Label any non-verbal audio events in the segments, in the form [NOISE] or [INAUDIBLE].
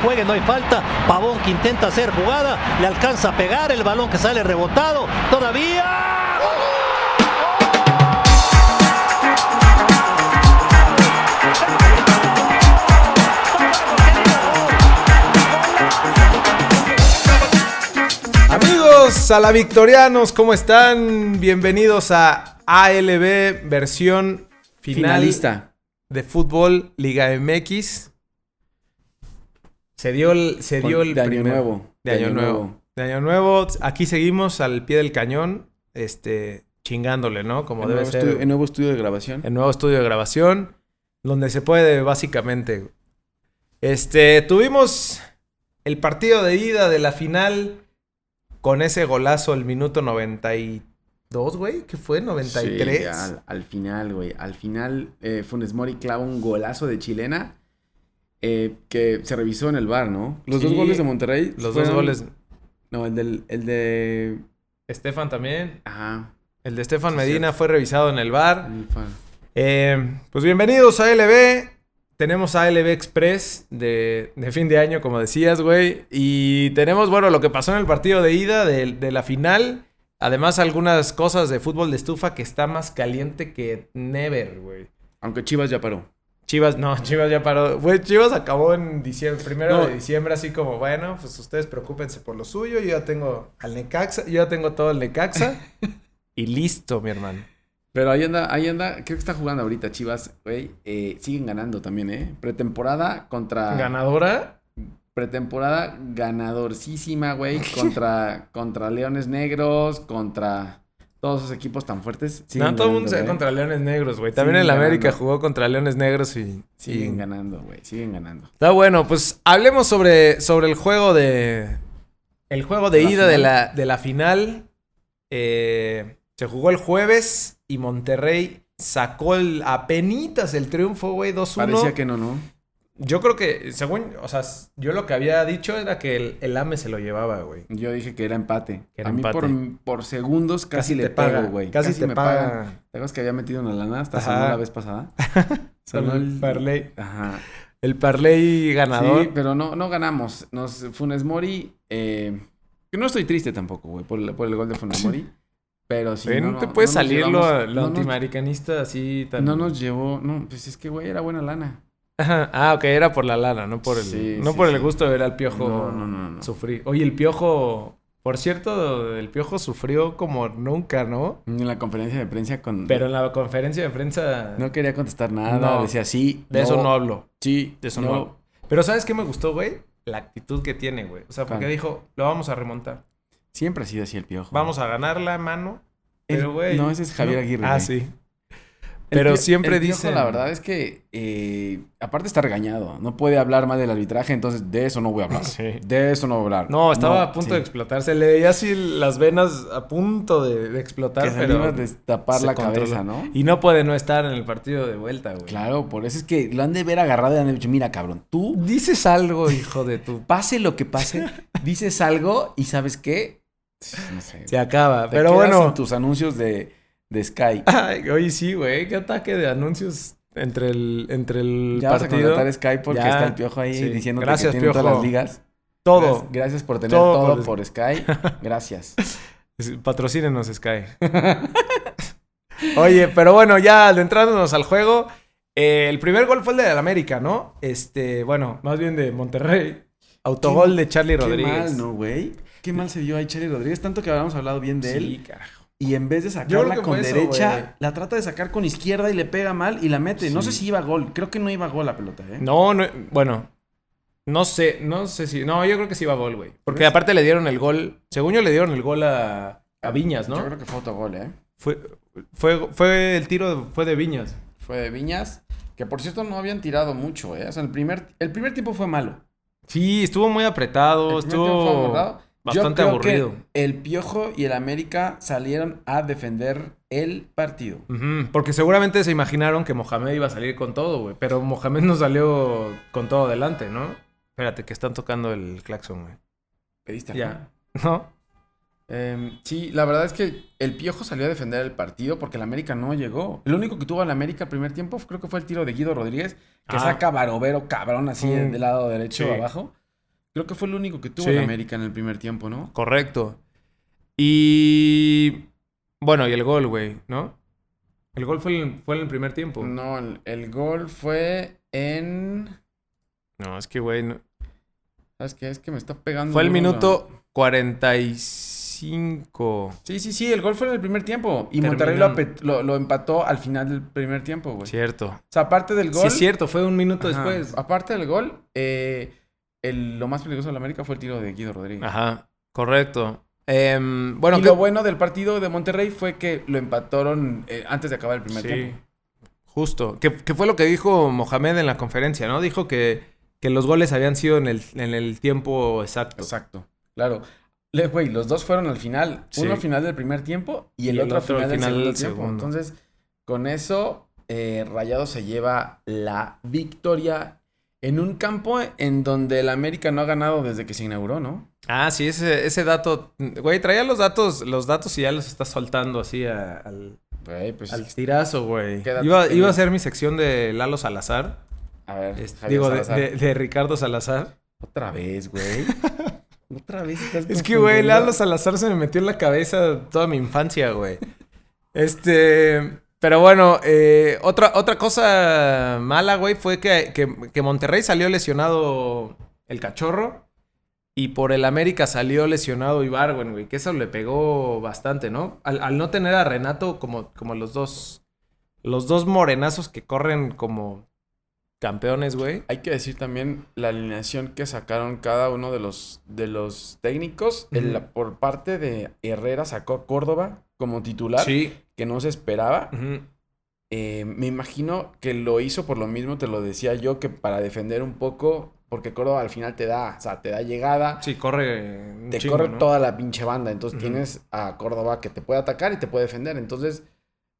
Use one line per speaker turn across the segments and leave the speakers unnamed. juegue, no hay falta. Pavón que intenta hacer jugada, le alcanza a pegar, el balón que sale rebotado, todavía.
Amigos Salavictorianos, ¿cómo están? Bienvenidos a ALB versión final
Finalista.
de fútbol Liga MX. Se dio el, se dio el
de año
primer-
nuevo.
De año, nuevo. De año nuevo. Aquí seguimos al pie del cañón, este, chingándole, ¿no? Como
El
debe
nuevo,
ser.
estudio, el nuevo estudio de grabación.
el nuevo estudio de grabación, donde se puede básicamente. Este, tuvimos el partido de ida de la final con ese golazo el minuto 92, güey, ¿qué fue? 93.
Sí, al, al final, güey. Al final, eh, Funes Mori clava un golazo de chilena eh, que se revisó en el bar, ¿no? Los
Sí.
dos goles de Monterrey.
Los dos
fueron-
goles.
No, el, del, el de.
Estefan también.
Ajá.
El de Estefan
Sí,
Medina fue revisado en el bar.
el fa-
Eh, pues bienvenidos a LB. Tenemos a LB Express de, de fin de año, como decías, güey. Y tenemos, bueno, lo que pasó en el partido de ida de, de la final. Además, algunas cosas de fútbol de estufa que está más caliente que never, güey.
Aunque Chivas ya paró.
Chivas, no, [LAUGHS] Chivas ya paró. Güey, Chivas acabó en diciembre, primero
No.
de diciembre, así como, bueno, pues ustedes preocúpense por lo suyo. Yo ya tengo al Necaxa, yo ya tengo todo el Necaxa. y listo, mi hermano.
Pero ahí anda, ahí anda. Creo que está jugando ahorita Chivas, güey. Eh, siguen ganando también, ¿eh? Pretemporada contra.
Ganadora.
pretemporada ganadorcísima, güey,
[LAUGHS]
contra, contra Leones Negros, contra todos esos equipos tan fuertes.
no,
Siguen
todo el mundo
ganando,
se va
güey.
contra Leones Negros, güey. También el
ganando.
América jugó contra Leones Negros y...
Siguen
y-
ganando, güey, siguen ganando.
Está bueno, pues hablemos sobre, sobre el juego de... El juego de
La
ida de
final.
la, de la final. Eh, se jugó el jueves y Monterrey sacó el, apenitas el triunfo, güey, 2-1.
Parecía que no, ¿no?
Yo creo que, según... O sea, yo lo que había dicho era que el, el AME se lo llevaba, güey.
Yo dije que era empate.
Que era
a mí
empate.
por, por segundos casi, le pego, güey.
Casi, te
me
paga.
pagan. ¿Te acuerdas que había metido una lana hasta
Ajá.
sonó la
[LAUGHS]
vez pasada?
Con el parlay.
Ajá.
El parlay ganador.
Sí, pero no, no ganamos. Nos, Funes Mori. eh, que no estoy triste tampoco, güey, por, el- por el gol de Funes Mori. Pero sí.
Güey, no, te puede
nos
salir lo,
llevamos-
lo
no nos-
antimaricanista así tan...
No nos llevó. No, pues es que, güey, era buena lana.
Ajá. Ah, ok, era por la lana, no por el,
Sí,
no
sí,
por el
sí.
gusto de ver al piojo
No, no, no, no.
sufrir. Oye, el piojo, por cierto, el piojo sufrió como nunca, ¿no?
En la conferencia de prensa con.
Pero en la conferencia de prensa
No quería contestar nada.
No.
Decía sí.
de eso no hablo.
Sí.
De eso no. hablo. Pero ¿sabes qué me gustó, güey? La actitud que tiene, güey. O sea, porque
¿Cuál?
dijo, lo vamos a remontar.
Siempre ha sido así el piojo.
Vamos a ganar la mano. Pero,
El-
güey.
no, ese es Javier Aguirre,
Ah,
güey.
sí.
El
Pero
Pio-
siempre
el Piojo,
dice.
La verdad es que, eh, aparte está regañado, no puede hablar mal del arbitraje, entonces de eso no voy a
[LAUGHS]
hablar.
Sí.
De eso no voy a hablar.
No, estaba a punto
sí.
de explotarse. Le veía así las venas a punto de, de explotar.
Que se
pero...
anima a destapar
se
la
controla.
cabeza, ¿no?
Y no puede no estar en el partido de vuelta, güey.
Claro, por eso es que lo han de ver agarrado y le han de dicho, mira, cabrón, tú,
Dices algo, hijo de tu...
pase lo
[LAUGHS]
que pase, dices algo y ¿sabes qué? No sé.
Se acaba.
te
Pero
quedas
bueno.
en tus anuncios de, de Sky.
Ay, oye, sí, güey. Qué ataque de anuncios entre el, entre el
Ya vas a
partido.
contratar Sky porque
Ya.
está el piojo ahí
Sí.
diciendo diciéndote
Gracias,
que tiene todas
Piojo.
las ligas.
Todo.
Gracias por tener
Todo
todo,
por- [LAUGHS]
por Sky. Gracias.
Patrocínenos,
[LAUGHS]
Sky. oye, pero bueno, ya adentrándonos al juego. eh, el primer gol fue el de América, ¿no? Este, bueno, más bien de Monterrey. Autogol de Charlie Rodríguez.
Qué mal, ¿no, güey? Qué mal se dio ahí Charlie Rodríguez. Tanto que habíamos hablado bien de
Sí,
él.
carajo.
Y en vez de
Yo creo
sacarla
que
con
fue eso,
derecha,
güey.
la trata de sacar con izquierda y le pega mal y la mete. No
Sí.
sé si iba a gol. Creo que no iba a gol la pelota, ¿eh?
No, no, bueno. No sé, no sé si. No, yo creo que sí iba a gol, güey. Porque
¿Crees?
aparte le dieron el gol. Según yo le dieron el gol a, a Viñas,
Yo
¿no?
creo que fue autogol, ¿eh?
Fue, fue, fue el tiro, fue de Viñas.
Fue de Viñas. Que por cierto no habían tirado mucho, ¿eh? O sea, el primer, el primer tiempo fue malo.
Sí, estuvo muy apretado,
El primer tiempo fue
estuvo
amarrado. Yo
bastante
creo que
aburrido.
el Piojo y el América salieron a defender el partido.
Ujú, Porque seguramente se imaginaron que Mohamed iba a salir con todo, güey. Pero Mohamed no salió con todo adelante, ¿no? Espérate, que están tocando el claxon, güey.
Pediste algo?
Ya. ¿No?
Em, sí, la verdad es que el Piojo salió a defender el partido porque el América no llegó. El único que tuvo al América al primer tiempo creo que fue el tiro de Guido Rodríguez, que
Ah.
saca Barovero cabrón así
Mm.
del lado derecho
Sí.
abajo. Creo que fue el único que tuvo
Sí.
el América en el primer tiempo, ¿no?
Correcto. Y. Bueno, y el gol, güey, ¿no? El gol fue en, fue en el primer tiempo. No,
No, el, el gol fue en.
es que, güey. no-
¿Sabes qué? Es que me está pegando.
Fue el
duro la-
minuto 45.
Sí, sí, sí, el gol fue en el primer tiempo. Y
Terminó-
Monterrey lo, apet- lo- lo empató al final del primer tiempo, güey.
Cierto.
O sea, aparte del gol.
Sí, es cierto, fue un minuto
Ajá.
después.
Aparte del gol, eh, el- lo más peligroso de la América fue el tiro de Guido Rodríguez.
Ajá, correcto. Em, Ah, bueno,
y
¿qué-
lo bueno del partido de Monterrey fue que lo empataron eh, antes de acabar el primer
Sí.
tiempo.
Justo. Que, que fue lo que dijo Mohamed en la conferencia, ¿no? Dijo que, que los goles habían sido en el, en el tiempo exacto.
Exacto. Claro. Le- Güey, los dos fueron al final.
Sí.
Uno al final del primer tiempo y el,
Y el
otro, al
otro
final,
al final
del segundo
del
tiempo.
segundo.
Entonces, con eso, eh, Rayado se lleva la victoria en un campo en donde el América no ha ganado desde que se inauguró, ¿no?
Ah, sí, ese, ese dato. Güey, traía los datos, los datos y ya los está soltando así a- al,
Güey, pues.
al tirazo, güey.
¿Qué datos
Iba,
tenía?
iba a ser mi sección de Lalo Salazar.
A ver,
es-
Javier
digo, de,
Salazar.
de- de Ricardo Salazar.
Otra vez, [LAUGHS] güey. Otra vez estás
Es que, güey,
confundiendo.
Lalo Salazar se me metió en la cabeza toda mi infancia, güey. Este. Pero bueno, eh, otra, otra cosa mala, güey, fue que, que- que Monterrey salió lesionado el cachorro. Y por el América salió lesionado Ibarwen, güey. Que eso le pegó bastante, ¿no? Al, al no tener a Renato como, como los dos. Los dos morenazos que corren como campeones, güey.
Hay que decir también la alineación que sacaron cada uno de los, de los técnicos. El-
Ujú.
por parte de Herrera sacó a Córdoba como titular,
Sí.
que no se esperaba.
Ujú.
Eh, me imagino que lo hizo por lo mismo, te lo decía yo, que para defender un poco, porque Córdoba al final te da, o sea, te da llegada,
Sí, corre. un
te
chingo,
corre
¿no?
toda la pinche banda. Entonces
Ujú.
tienes a Córdoba que te puede atacar y te puede defender. Entonces,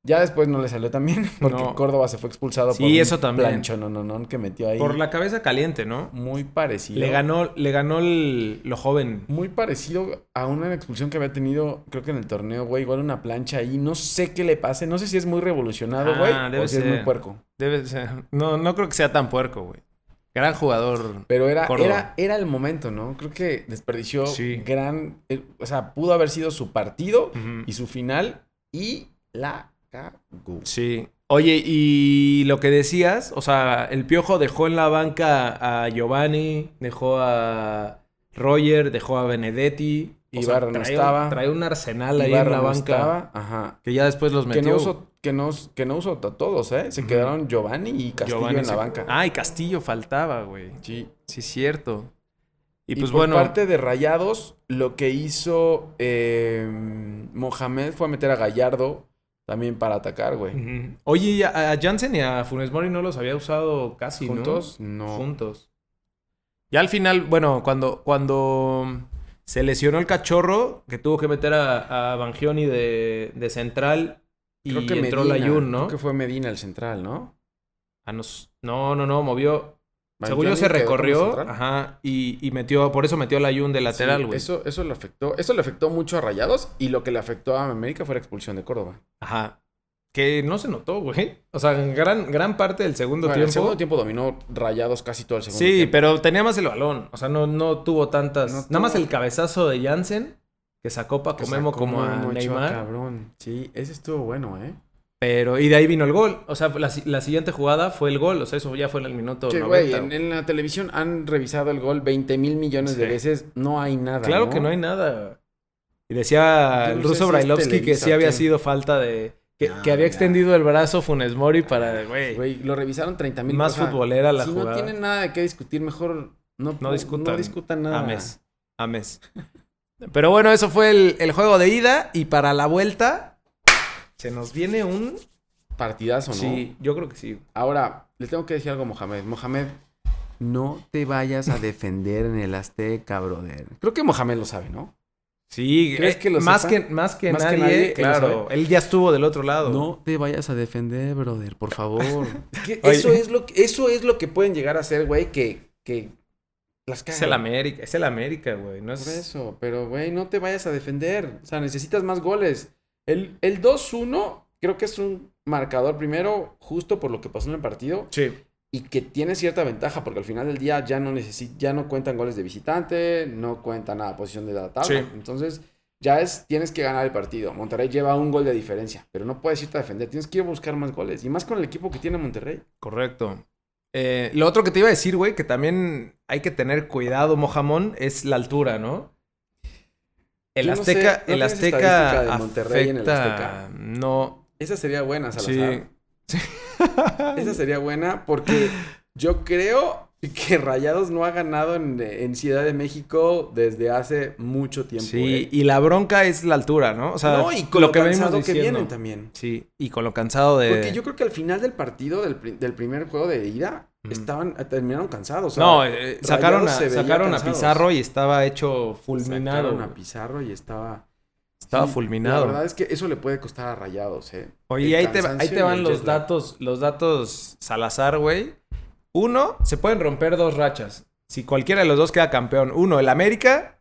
ya después no le salió tan bien, [LAUGHS] porque
No.
Córdoba se fue expulsado
Sí,
por un
eso también.
planchonononón que metió ahí.
Por la cabeza caliente, ¿no?
Muy parecido.
Le ganó, le ganó el- lo joven.
Muy parecido a una expulsión que había tenido, creo que en el torneo, güey. Igual una plancha ahí. No sé qué le pase. No sé si es muy revolucionado,
Ah,
güey. o
debe
si es muy
ser.
puerco.
Debe ser. No, no creo que sea tan puerco, güey. Gran jugador.
Pero era,
Córdoba.
era, era el momento, ¿no? Creo que desperdició
Sí.
gran. eh, o sea, pudo haber sido su partido
Ujú.
y su final. Y la cagó.
Sí. Oye, y lo que decías, o sea, el Piojo dejó en la banca a Giovanni, dejó a Roger, dejó a Benedetti. O sea,
Ibarra no
trae un-
estaba.
Trae un arsenal ahí
Ibarra
en la
no
banca.
estaba, Ajá.
Que ya después los
Que
metió.
no, usó, que, no, que no usó a todos, ¿eh? Se
Ujú.
quedaron Giovanni y Castillo
Giovanni
en la
se-
banca.
Ah, y Castillo faltaba, güey.
sí.
Sí, cierto. Y,
Y,
pues
por
bueno.
parte de Rayados, lo que hizo eh, Mohamed fue a meter a Gallardo también para atacar, güey.
Ujú. Oye, y a, a Jansen y a Funes Mori no los había usado casi, ¿no?
¿Juntos? No.
Juntos. Ya al final, bueno, cuando, cuando se lesionó el cachorro, que tuvo que meter a, a Bangioni de, de central y
Creo que
entró
Medina,
Layun, ¿no?
Creo que fue Medina el central, ¿no?
A nos- No, no, no, movió. Según yo
Banchoni
se
quedó como
recorrió,
central.
ajá, y, y metió, por eso metió a Layun de lateral,
Sí,
güey.
eso, eso le afectó. Eso le afectó mucho a Rayados y lo que le afectó a América fue la expulsión de Córdoba.
Ajá. Que no se notó, güey. O sea, gran, gran parte del segundo
Bueno,
tiempo.
El segundo tiempo dominó Rayados casi todo el segundo
Sí,
tiempo.
pero tenía más el balón. O sea, no, no tuvo tantas.
No tuvo.
Nada más el cabezazo de Jansen, que sacó para
Que
Comemo
sacó
como a
Memo Ochoa,
Neymar.
cabrón. Sí, ese estuvo bueno, ¿eh?
Pero, y de ahí vino el gol. O sea, la, si- la siguiente jugada fue el gol. O sea, eso ya fue en el minuto
Que,
90.
güey, en, en la televisión han revisado el gol 20 mil millones de
Sí.
veces. No hay nada.
Claro que no hay nada. Y decía el
Yo no sé si
ruso
es
Brailovsky que
Televisa
sí
o
había
quién.
sido falta de. Que,
No,
que había
ya.
extendido el brazo Funes Mori para, güey.
Güey, lo revisaron 30 mil
Más futbolera la
si
jugada.
no tienen nada de qué discutir, mejor no,
No
pu-
discutan.
no discutan nada.
Ames. Ames. Pero bueno, eso fue el, el juego de ida. Y para la vuelta, se nos viene un
Partidazo, ¿no?
Sí, yo creo que sí.
Ahora, le tengo que decir algo a Mohamed. Mohamed, no te vayas a defender en el Azteca, brother. Creo que Mohamed lo sabe, ¿no?
Sí,
¿Crees
eh,
que lo
más
sepa?
que más que
Más que
nadie,
nadie, que lo
claro.
sabe.
Él ya estuvo del otro lado.
No te vayas a defender, brother, por favor. [LAUGHS] Es que
Oye.
eso, es lo que, eso es lo que pueden llegar a hacer, güey, que, que las
Es
cagan.
el América, es el América, güey. No es...
Por eso, pero güey, no te vayas a defender. O sea, necesitas más goles. El, el 2-1 creo que es un marcador primero justo por lo que pasó en el partido.
Sí.
y que tiene cierta ventaja porque al final del día ya no necesi- ya no cuentan goles de visitante, no cuenta nada posición de la tabla.
Sí.
Entonces, ya es tienes que ganar el partido. Monterrey lleva un gol de diferencia, pero no puedes irte a defender, tienes que ir a buscar más goles y más con el equipo que tiene Monterrey.
Correcto. Eh, lo otro que te iba a decir, güey, que también hay que tener cuidado, Mojamón, es la altura, ¿no? El
Yo no sé,
Azteca,
¿no
el
tienes
Azteca
estadística de Monterrey en el
afecta-
Azteca?
No,
Esa sería buena,
sí. [LAUGHS]
Salazar. Esa sería buena porque yo creo que Rayados no ha ganado en, en Ciudad de México desde hace mucho tiempo.
Sí,
¿eh?
y la bronca es la altura, ¿no? O sea,
no, y con lo, cansado que vienen también.
Sí, y con lo cansado de...
Porque yo creo que al final del partido, del, pri- del primer juego de ida,
Ujú.
estaban, eh, terminaron cansados. o sea,
Mm. no, eh, sacaron, a,
Rayados se veía
sacaron a
cansados.
Pizarro y estaba hecho fulminado.
sacaron a
güey.
Pizarro y estaba...
Estaba
Sí,
fulminado.
La verdad es que eso le puede costar a Rayados, ¿eh?
Oye,
El
ahí te, ahí
cansancio
te
y
van
el
los
jet lag.
datos, los datos Salazar, güey. Uno, se pueden romper dos rachas. Si cualquiera de los dos queda campeón. Uno, el América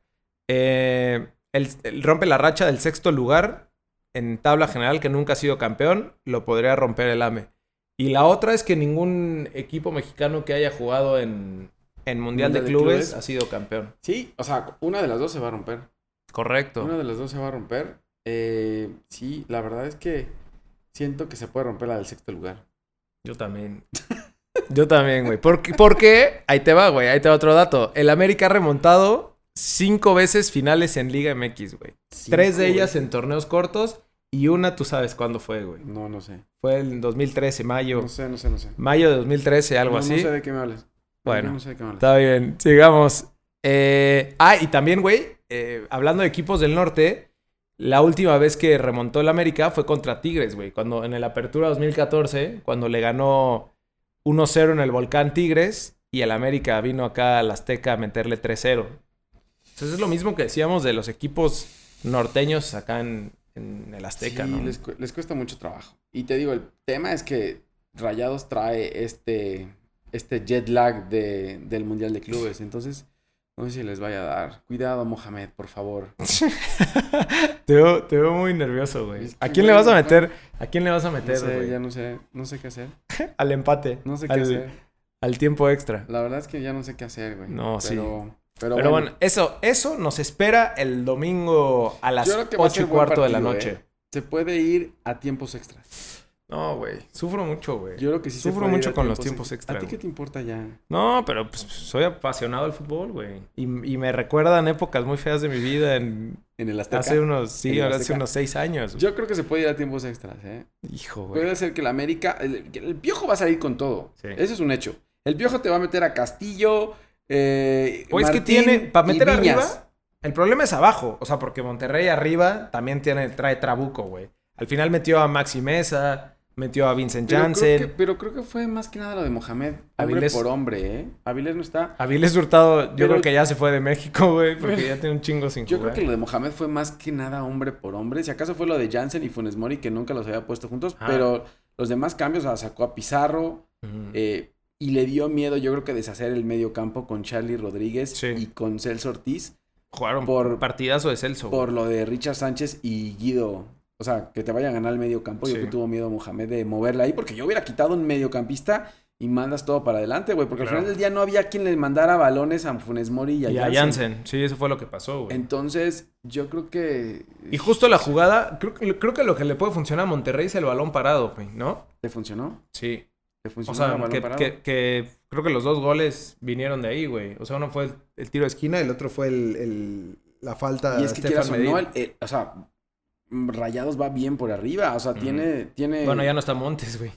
eh, el- el rompe la racha del sexto lugar en tabla general que nunca ha sido campeón. Lo podría romper el AME. Y la otra es que ningún equipo mexicano que haya jugado en, en Mundial de, clubes, ha sido campeón.
Sí, o sea, una de las dos se va a romper.
Correcto.
Una de las dos se va a romper. Eh, sí, la verdad es que siento que se puede romper la del sexto lugar.
Yo también. [LAUGHS] Yo también, güey. Porque, porque, ahí te va, güey. Ahí te va otro dato. El América ha remontado cinco veces finales en Liga MX, güey. Tres de
Cinco,
ellas en torneos cortos y una tú sabes cuándo fue, güey.
güey. No, no sé.
Fue en 2013, mayo.
No sé, no sé, no sé.
Mayo de 2013, algo
Pues, No,
así.
No sé de qué me hablas. No,
Bueno,
No sé de qué me hablas.
Está bien, sigamos. Eh, ah, y también, güey, eh, hablando de equipos del norte, la última vez que remontó el América fue contra Tigres, güey. Cuando en el Apertura 2014, cuando le ganó 1-0 en el Volcán Tigres y el América vino acá al Azteca a meterle 3-0. Entonces es lo mismo que decíamos de los equipos norteños acá en, en el Azteca,
Sí,
¿no?
les, cu- les cuesta mucho trabajo. Y te digo, el tema es que Rayados trae este, este jet lag de- del Mundial de Clubes. Entonces, no sé si les vaya a dar. Cuidado, Mohamed, por favor.
[LAUGHS] Te veo, te veo muy nervioso, güey.
Es que,
¿A quién le vas a
güey,
meter? ¿A quién le vas a
No
meter,
sé,
güey?
ya no sé, no sé qué hacer.
Al empate.
No sé qué
al-
hacer.
al tiempo extra.
La verdad es que ya no sé qué hacer, güey.
No, sí.
Pero, pero,
Pero
bueno,
bueno, eso, eso nos espera el domingo a las
Yo creo que va a
8 y
ser buen
cuarto de la
partido,
noche.
¿eh? se puede ir a tiempos extras.
No, güey. Sufro mucho, güey.
Yo creo que sí se
Sufro
puede ir
mucho
a
con los tiempos extra,
¿A ti
güey.
qué te importa ya?
No, pero pues, soy apasionado al fútbol, güey. Y, y me recuerdan épocas muy feas de mi vida en
En el Azteca.
hace unos, sí,
En el
hace
Azteca.
unos seis años. güey.
Yo creo que se puede ir a tiempos extras, ¿eh?
Hijo, güey.
Puede ser que el América. El, que el Piojo va a salir con todo.
Sí.
Eso es un hecho. El Piojo te va a meter a Castillo. Eh,
O Pues es que
Martín
tiene, para
y
meter
Viñas.
arriba, el problema es abajo. O sea, porque Monterrey arriba también tiene, trae trabuco, güey. Al final metió a Maxi Mesa, metió a Vincent
Pero creo,
Janssen.
que, pero creo que fue más que nada lo de Mohamed. Hombre
Avilés.
por hombre, ¿eh? Avilés no está.
Avilés Hurtado, yo
Pero-
creo que ya se fue de México, güey, porque ya tiene un chingo sin
Yo creo
jugar.
que lo de Mohamed fue más que nada hombre por hombre. Si acaso fue lo de Jansen y Funes Mori que nunca los había puesto juntos.
Ah.
Pero los demás cambios, o sea, sacó a Pizarro.
Ujú.
eh, y le dio miedo, yo creo que deshacer el medio campo con Charlie Rodríguez
Sí.
y con Celso Ortiz.
Jugaron
por-
partidazo de Celso. güey.
por lo de Richard Sánchez y Guido. O sea, que te vaya a ganar el medio campo. Yo
Sí.
que tuvo miedo Mohamed de moverla ahí, porque yo hubiera quitado un mediocampista y mandas todo para adelante, güey. Porque
Claro.
al final del día no había quien le mandara balones a Funes Mori y a,
y a
Jansen.
Jansen. Sí, eso fue lo que pasó, güey.
Entonces, yo creo que.
Y justo la jugada, creo, que- creo que lo que le puede funcionar a Monterrey es el balón parado, güey, ¿no?
¿Te funcionó?
Sí.
¿Te
O
funcionó? el
sea,
balón
que,
parado?
que- que creo que los dos goles vinieron de ahí, güey. O sea, uno fue el, el tiro de esquina y el
El otro fue el, el- la falta
Y es que
Estefan
quieras o no,
Medina.
el- el- o sea, Rayados va bien por arriba. O sea,
Ujú.
tiene, tiene.
Bueno, ya no está Montes, güey.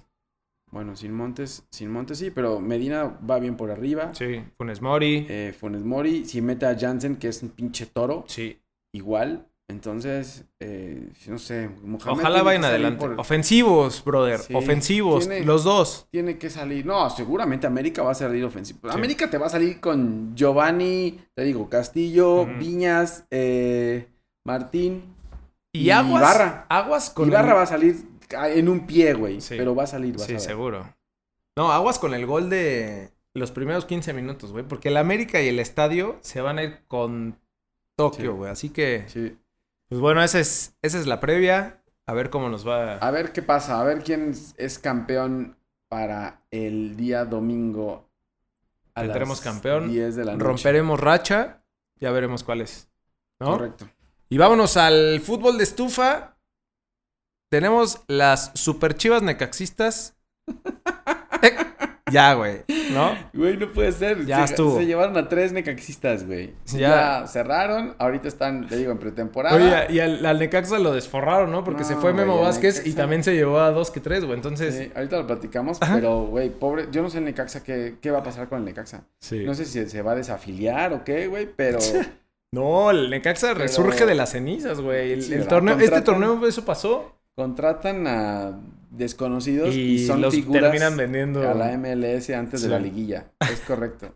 Bueno, sin Montes, sin Montes sí, pero Medina va bien por arriba.
Sí. Funes Mori.
Eh, Funes Mori, si mete a Jansen, que es un pinche toro.
sí.
igual. Entonces, eh, no sé, Mohamed
Ojalá
tiene
vayan
que salir
adelante.
por-
Ofensivos, brother.
Sí.
Ofensivos.
Tiene-
Los dos.
tiene que salir. No, seguramente América va a salir ofensivo.
Sí.
América te va a salir con Giovanni, te digo, Castillo,
Ujú.
Viñas, eh, Martín.
Y,
Y
aguas.
Ibarra.
Aguas con
Ibarra
el-
va a salir ca- en un pie, güey.
Sí.
Pero va a salir, va a
Sí,
salir.
seguro. No, aguas con el gol de los primeros 15 minutos, güey. Porque el América y el estadio se van a ir con Tokio,
Sí.
güey. Así que,
Sí.
pues bueno, esa es, esa es la previa. A ver cómo nos va.
A ver qué pasa, a ver quién es campeón para el día domingo. a las
Tendremos campeón,
10 de la noche.
Romperemos racha. Ya veremos cuál es. ¿No?
Correcto.
Y vámonos al fútbol de estufa. Tenemos las super chivas necaxistas. Eh, ya, güey. ¿No?
Güey, no puede ser.
Ya
se,
estuvo.
Se llevaron a tres necaxistas, güey.
Sí,
Ya.
ya.
cerraron. Ahorita están, te digo, en pretemporada.
Oye, y al, al Necaxa lo desforraron, ¿no? Porque se
No,
fue Memo
güey, al
Vázquez y
Necaxa.
también se llevó a dos que tres, güey. Entonces.
Sí, ahorita lo platicamos,
Ajá.
pero, güey, pobre. Yo no sé el Necaxa qué, qué va a pasar con el Necaxa.
Sí.
No sé si se va a desafiliar o qué, güey, pero.
[LAUGHS] No, el Necaxa resurge de las cenizas, güey. El,
Sí,
el
¿verdad?
torneo, este
Contratan-
torneo eso pasó
contratan a desconocidos y,
y,
son
los
figuras
terminan vendiendo.
a la MLS antes
Sí.
de la liguilla. Es
[LAUGHS]
correcto.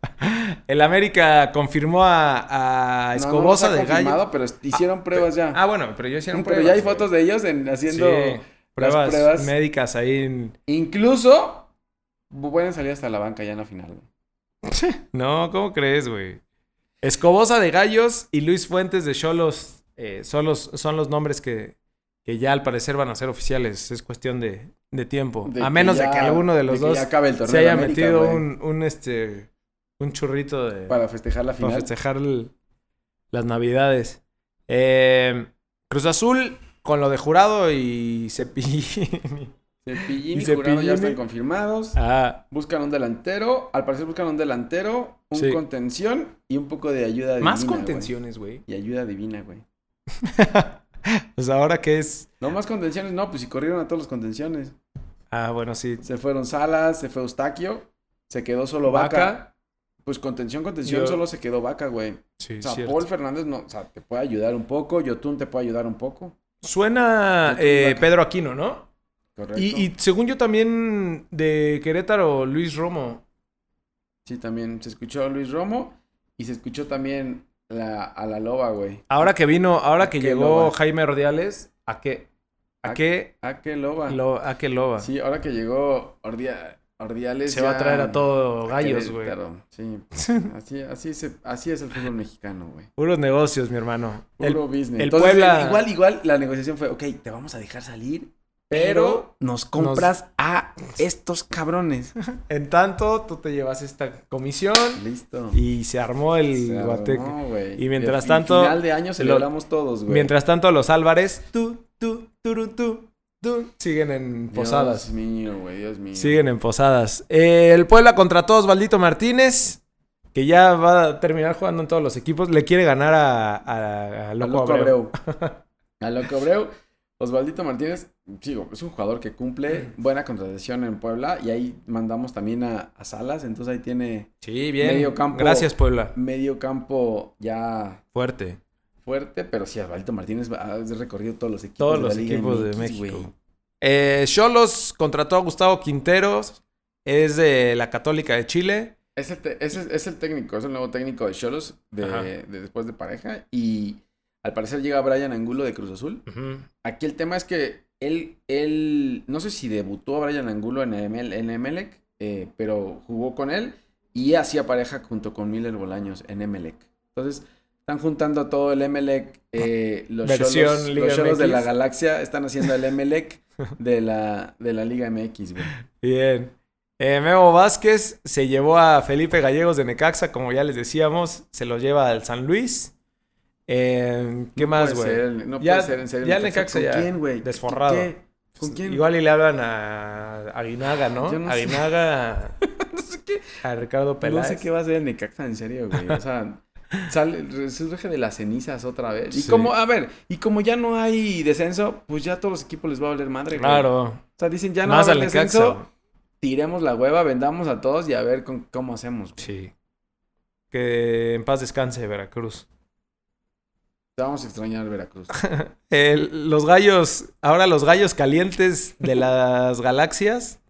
El América confirmó a, a
No,
Escobosa
no los ha
de Gallo.
confirmado, pero est- hicieron pruebas ya.
Ah, bueno, pero yo hicieron
pero
pruebas.
ya hay
güey.
fotos de ellos en- haciendo
Sí, pruebas,
pruebas.
médicas ahí en...
incluso pueden salir hasta la banca ya en la final. güey.
No, ¿cómo crees, güey? Escobosa de Gallos y Luis Fuentes de Cholos eh, son, los, son los nombres que, que ya al parecer van a ser oficiales. Es cuestión de, de tiempo.
De
a
que
menos
ya-
de que alguno de los
que
dos
ya acabe el torneo
se
de
haya
América,
metido
güey,
un, un, este, un churrito de,
para festejar la
para
final.
festejar el- las navidades. Eh, Cruz Azul con lo de jurado y Cepillín. [LAUGHS]
Cepillín
Y
y Jurado
Cepillín,
ya están
eh.
confirmados.
ah,
Buscan un delantero, al parecer buscan un delantero, un
Sí.
contención y un poco de ayuda divina.
más
güey.
contenciones, güey.
Y ayuda divina, güey.
Pues ahora que es...
No, más contenciones, no, pues si corrieron a todos los contenciones.
Ah, bueno, sí.
Se fueron Salas, se fue Eustaquio, se quedó solo Vaca.
Vaca.
Pues contención, contención,
Yo-
solo se quedó Vaca, güey.
Sí,
O sea,
cierto.
Paul Fernández no, o sea, te puede ayudar un poco, Yotun te puede ayudar un poco.
Suena
Yo tengo
eh,
vaca.
Pedro Aquino, ¿no?
Correcto.
Y, y según yo también de Querétaro, Luis Romo.
Sí, también se escuchó a Luis Romo y se escuchó también la, a la loba, güey.
Ahora que vino, ahora que
¿A qué
llegó
loba?
Jaime Ordiales, ¿a qué? ¿A,
¿A
qué?
¿A Ah, qué loba?
lo- ¿A qué loba?
Sí, ahora que llegó Ordia- Ordiales.
Se va a
ya-
traer a todo gallos, güey.
Querétaro.
[LAUGHS]
Sí, así, así, se- así es el fútbol mexicano, güey.
Puros negocios, mi hermano. El-
Puro business.
el
Entonces,
Puebla-
Igual, igual la negociación fue, ok, te vamos a dejar salir, pero nos compras a
[LAUGHS]
estos cabrones.
en tanto, tú te llevas esta comisión
Listo.
y se armó el
Se
guateque.
armó, güey.
Y mientras
al
tanto,
final de año celebramos todos, güey.
Mientras tanto, los Álvarez, tú, tú, tú, tú, tú, siguen en
Dios
posadas.
mío, güey, Dios mío.
Siguen en posadas. Eh, el Puebla contrató a Osvaldito Martínez, que ya va a terminar jugando en todos los equipos. Le quiere ganar a, a- a
A
Loco
Loco
Abreu.
Abreu. [LAUGHS] A Loco Abreu. Osvaldito Martínez, sigo, es un jugador que cumple buena contratación en Puebla y ahí mandamos también a, a Salas, entonces ahí tiene
Sí, bien.
Medio campo.
Gracias, Puebla.
medio campo ya
Fuerte.
fuerte, pero sí, Osvaldo Martínez ha recorrido todos los equipos
Todos
de
los
la Liga
equipos de
MX,
México.
güey.
Eh, Cholos contrató a Gustavo Quinteros. Es de la Católica de Chile.
Es el, te- es, el- es el técnico, es el nuevo técnico de Cholos de,
Ajá.
de después de pareja. Y al parecer llega Brian Angulo de Cruz Azul. Aquí el tema es que él, él no sé si debutó a Brian Angulo en, ML, en Emelec, eh, pero jugó con él y hacía pareja junto con Miller Bolaños en Emelec. Entonces, están juntando todo el Emelec,
[LAUGHS]
eh, los
Versión
Cholos,
Liga
los Cholos de la
MX.
galaxia están haciendo
[LAUGHS]
el Emelec de la, de la Liga MX, güey.
Bien. Eh, Memo Vázquez se llevó a Felipe Gallegos de Necaxa, como ya les decíamos. Se lo lleva al San Luis. Eh, ¿Qué más,
Puede
güey?
ser, No
Ya-
puede ser, en serio.
ya Necaxa
¿Con
ya
quién, güey?
desforrado.
¿Qué? ¿Con quién?
Pues,
[LAUGHS]
Igual y le hablan a Aguinaga, ¿no?
Yo no sé. [LAUGHS]
Aguinaga. A Ricardo
No
Peláez.
sé qué va a hacer el Necaxa, en serio, güey. O sea,
[LAUGHS]
sale, resurge de las cenizas otra vez. Y
Sí.
como, a ver, y como ya no hay descenso, pues ya a todos los equipos les va a valer madre, güey.
Claro.
O sea, dicen, ya no
más
va a
al
haber
Necaxa.
descenso, tiremos la hueva, vendamos a todos y a ver con, cómo hacemos. güey.
Sí. Que en paz descanse Veracruz.
Te vamos a
[LAUGHS]
extrañar Veracruz.
El- los gallos, ahora los gallos calientes
[LAUGHS]
de las galaxias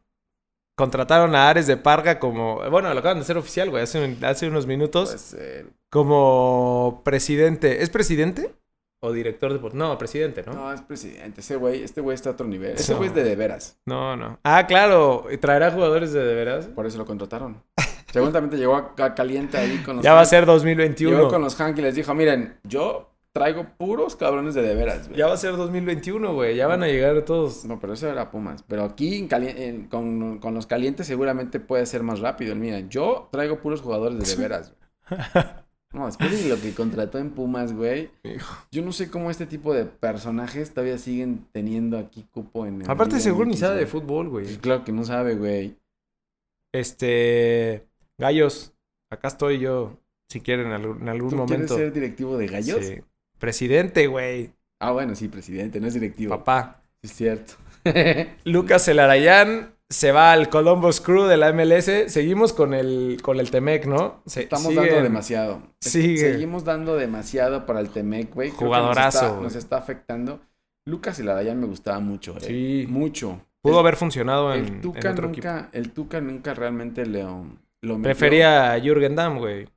contrataron a Ares de Parga como, bueno, lo acaban de hacer oficial, güey, hace, un- hace unos minutos,
Puede ser.
como presidente. ¿Es presidente? ¿O director deportivo? No, presidente, ¿no?
No, es presidente. Ese güey, este güey está a otro nivel. Ese güey
No.
es de de veras.
No, no. Ah, claro. ¿y ¿Traerá jugadores de de veras?
Por eso lo contrataron.
[LAUGHS]
Seguramente llegó a, a caliente ahí con los...
Ya va a ser
Llegó
2021.
con los Hank y les dijo, miren, yo traigo puros cabrones de de veras, güey.
Ya va a ser 2021, güey. Ya van a llegar todos.
No, pero eso era Pumas. Pero aquí en calien- en- con, con los calientes seguramente puede ser más rápido. el Mira, yo traigo puros jugadores de de veras, güey.
[LAUGHS]
No, después de lo que contrató en Pumas, güey. Yo no sé cómo este tipo de personajes todavía siguen teniendo aquí cupo en... el
Aparte,
Liga
seguro ni
MX,
sabe de
güey.
fútbol,
Pues
güey.
Claro que no sabe, güey.
Este. Gallos, acá estoy yo. Si quieren, en algún, en algún
¿Tú quieres
momento.
ser directivo de gallos?
Sí. Presidente, güey.
Ah, bueno, sí, presidente, no es directivo.
Papá.
Es cierto.
[LAUGHS] Lucas El Arayán se va al Columbus Crew de la MLS. Seguimos con el, con el Temec, ¿no? Se-
Estamos
siguen-
dando demasiado.
sigue.
Seguimos dando demasiado para el Temec, güey. Creo que
Jugadorazo,
Nos está,
güey.
nos está afectando. Lucas Larayán me gustaba mucho, güey.
Sí.
Mucho.
Pudo
el,
haber funcionado en,
el
en
Tuca
otro equipo.
nunca, el Tuca nunca realmente lo, lo metió.
Prefería a Jürgen Damm, güey.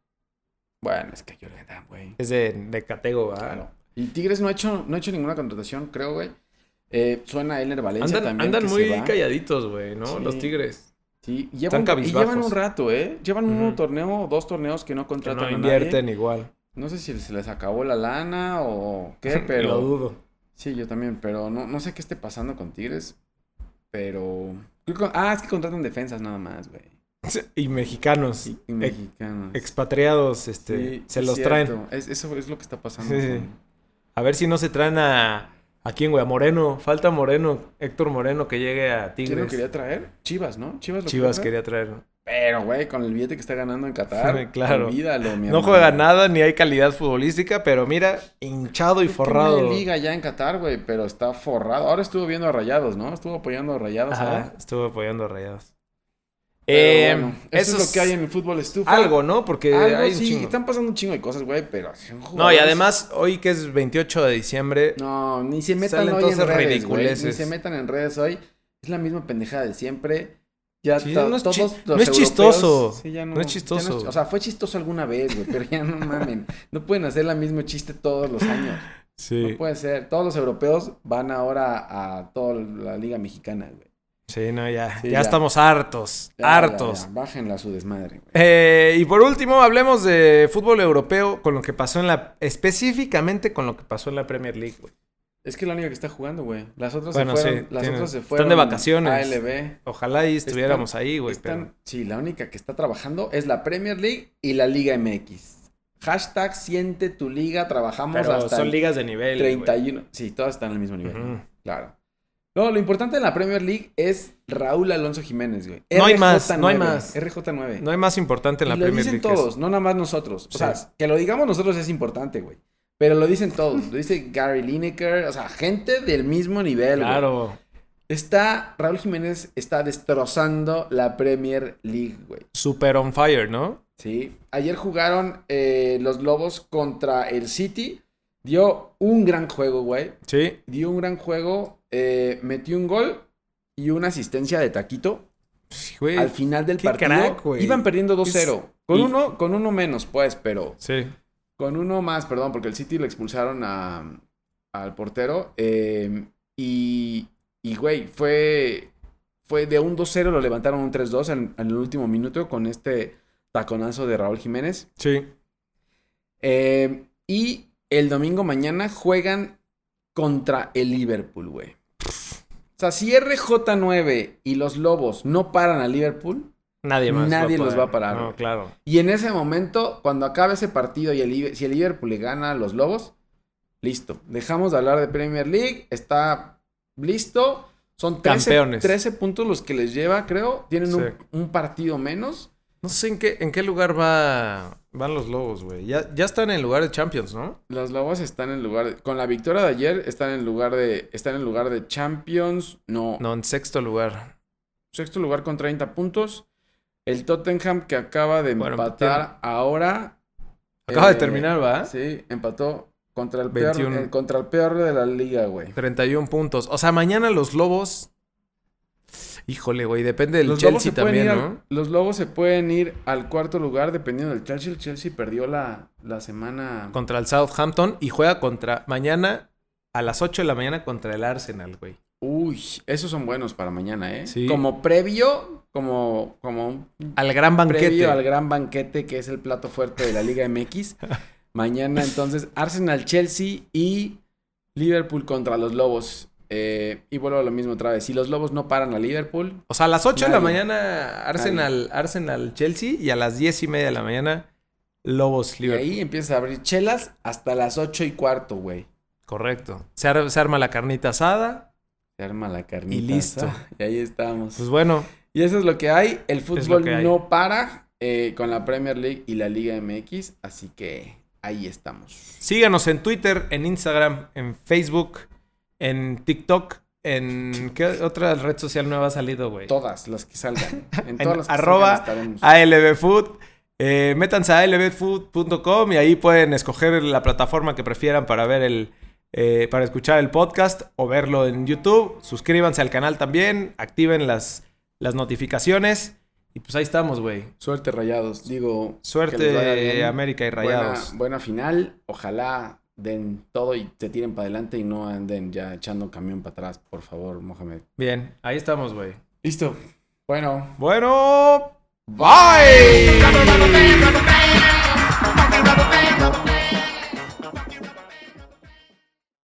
Bueno, es que yo le da, güey.
Es de, de Catego, ¿verdad?
Claro. Y Tigres no ha hecho, no ha hecho ninguna contratación, creo, güey. Eh, suena Elner Valencia
Andan,
también.
andan
que se
muy
va.
calladitos, güey, ¿no?
Sí.
Los Tigres.
Sí, y
Están
llevan, y
cabizbajos.
llevan un rato, ¿eh? Llevan un
Ujú.
torneo, dos torneos que no
Que
contratan
no
a
invierten
nadie. [LAUGHS]
igual.
No sé si se les acabó la lana o qué,
[LAUGHS]
pero...
Lo dudo.
Sí, yo también, pero no, no sé qué esté pasando con Tigres, pero... creo que- Ah, es que contratan defensas nada más, güey.
Y mexicanos.
Y, y
ex-
mexicanos.
expatriados, este,
Sí,
se
es
los traen.
cierto. Es- eso es lo que está pasando.
Sí, sí.
con-
A ver si no se traen a. ¿A quién, güey? A Moreno. Falta Moreno, Héctor Moreno, que llegue a
¿Quién lo
Tigres.
quería traer? Chivas, ¿no? Chivas lo
Chivas
traer.
quería traer.
Pero, güey, con el billete que está ganando en
[LAUGHS]
Qatar.
Claro.
olvídalo, mi
No
hermano.
juega nada ni hay calidad futbolística, pero mira, hinchado y
Es que no hay
forrado.
liga ya en Qatar, güey, pero está forrado. Ahora estuvo viendo a Rayados, ¿no? Estuvo apoyando a Rayados.
Ajá,
ahora.
estuvo apoyando a Rayados.
Pero
Eh,
bueno,
eso,
es lo que hay en el fútbol estufa.
algo, ¿no? Porque
Algo,
hay un
sí,
chingo.
están pasando un chingo de cosas, güey, pero son
No,
jugadores-
y además, hoy que es 28 de diciembre,
No, ni se metan
Salen
hoy
todas
en
esas
redes, güey. Ni
ridiculeces.
se metan en redes hoy. Es la misma pendejada de siempre. Ya
Sí,
to-
no es
todos
chi-
los
no es
europeos-
chistoso.
Sí, ya
No es chistoso.
ya no es- o sea, fue chistoso alguna vez, güey, pero ya no mamen. No pueden hacer la mismo chiste todos los años.
sí,
No puede ser. Todos los europeos van ahora a toda la liga mexicana, güey.
sí, no, ya,
Sí,
ya
ya.
estamos hartos,
Ya, ya,
hartos.
ya, Bájenla a su desmadre, güey.
Eh, y por último, hablemos de fútbol europeo con lo que pasó en la. específicamente con lo que pasó en la Premier League, güey.
Es que es la única que está jugando, güey. Las otras
Bueno,
se fueron.
sí,
las
tienen-
otras se
están
fueron.
de vacaciones.
ALB.
Ojalá y estuviéramos ahí, güey.
Están-
pero-
Sí, la única que está trabajando es la Premier League y la Liga MX. Hashtag siente tu liga. Trabajamos
Pero,
hasta
son
el
ligas de nivel. güey.
31. Sí, todas están al mismo nivel.
Ujú.
¿no? Claro. No, lo importante en la Premier League es Raúl Alonso Jiménez, güey.
No hay
RJ9,
más, no hay más.
RJ9.
No hay más importante en la
Y lo
Premier
dicen
League. que
todos, no nada más nosotros. O
Sí.
sea, que lo digamos nosotros es importante, güey. Pero lo dicen todos. Lo dice Gary Lineker. O sea, gente del mismo
eso.
nivel, güey.
Claro.
Está, Raúl Jiménez está destrozando la Premier League, güey.
Super on fire, ¿no?
Sí. Ayer jugaron eh, los Lobos contra el City. Dio un gran juego, güey.
Sí.
Dio un gran juego. eh, metió un gol y una asistencia de Taquito.
Sí, güey.
Al final del
qué
partido
crack, güey.
iban perdiendo 2-0. Con
y-
uno, con uno menos, pues, pero.
Sí.
Con uno más, perdón, porque el City lo expulsaron a- al portero. eh, y, y, güey, fue, fue de un 2-0, lo levantaron un 3-2 en, en el último minuto con este taconazo de Raúl Jiménez.
Sí.
Eh, y el domingo mañana juegan contra el Liverpool, güey. O sea, si RJ9 y los Lobos no paran al Liverpool,
Nadie más.
Nadie los
poder.
va a parar,
No,
güey.
claro.
y en ese momento, cuando acabe ese partido y el, Liber- si el Liverpool le gana a los Lobos, listo. Dejamos de hablar de Premier League, está listo. Son 13,
Campeones.
13 puntos los que les lleva, creo. Tienen un-
Sí.
un partido menos.
No sé en qué, en qué lugar va, van los lobos, güey. Ya, ya están en el lugar de Champions, ¿no?
Los Lobos están en lugar de- con la victoria de ayer están en lugar de están en lugar de Champions, no,
No, en sexto lugar.
sexto lugar con 30 puntos. El Tottenham que acaba de
Bueno,
empatar ahora
Acaba
eh,
de terminar, ¿va?
Sí, empató contra el
21.
peor eh, contra el peor de la liga, güey.
31 puntos. O sea, mañana los Lobos. Híjole, güey, depende del
Los Lobos se
Chelsea
pueden
también,
ir al-
¿no?
los Lobos se pueden ir al cuarto lugar dependiendo del Chelsea. El Chelsea perdió la, la semana
Contra el Southampton y juega contra mañana a las 8 de la mañana contra el Arsenal, güey.
Uy, esos son buenos para mañana, ¿eh?
Sí.
Como previo, como como un
Al gran banquete. [LAUGHS]
previo al gran banquete que es el plato fuerte de la Liga MX. Mañana entonces Arsenal, Chelsea y Liverpool contra los Lobos. Eh, y vuelvo a lo mismo otra vez. Si los Lobos no paran a Liverpool,
O sea, a las 8 de la
Nadie.
mañana Arsenal, Arsenal Chelsea y a las 10 y media de la mañana Lobos
y
Liverpool.
ahí empiezas a abrir chelas hasta las ocho y cuarto, güey.
Correcto. Se, ar- se arma la carnita asada.
Se arma la carnita.
Y listo.
asada. Y ahí estamos.
Pues bueno,
Y eso es lo que hay. El
lo
fútbol
que hay.
no para eh, con la Premier League y la Liga MX. Así que ahí estamos.
síganos en Twitter, en Instagram, en Facebook, en TikTok, en ¿qué otra red social nueva ha salido, güey?
Todas las que
[LAUGHS]
salgan. En
En
todas las que
arroba
salgan estaremos.
ALB Food. Eh, métanse a albfood.com y ahí pueden escoger la plataforma que prefieran para ver el eh, para escuchar el podcast o verlo en YouTube. Suscríbanse al canal también, activen las, las notificaciones y pues ahí estamos, güey.
Suerte, rayados. Digo. que les vaya
Suerte
bien.
América y
Buena-
Rayados.
Buena, final. Ojalá den todo y te tiren para adelante y no anden ya echando camión para atrás. Por favor, Mohamed.
Bien, ahí estamos, güey.
Listo. Bueno.
Bueno,
Bye.
Rubber band, rubber band.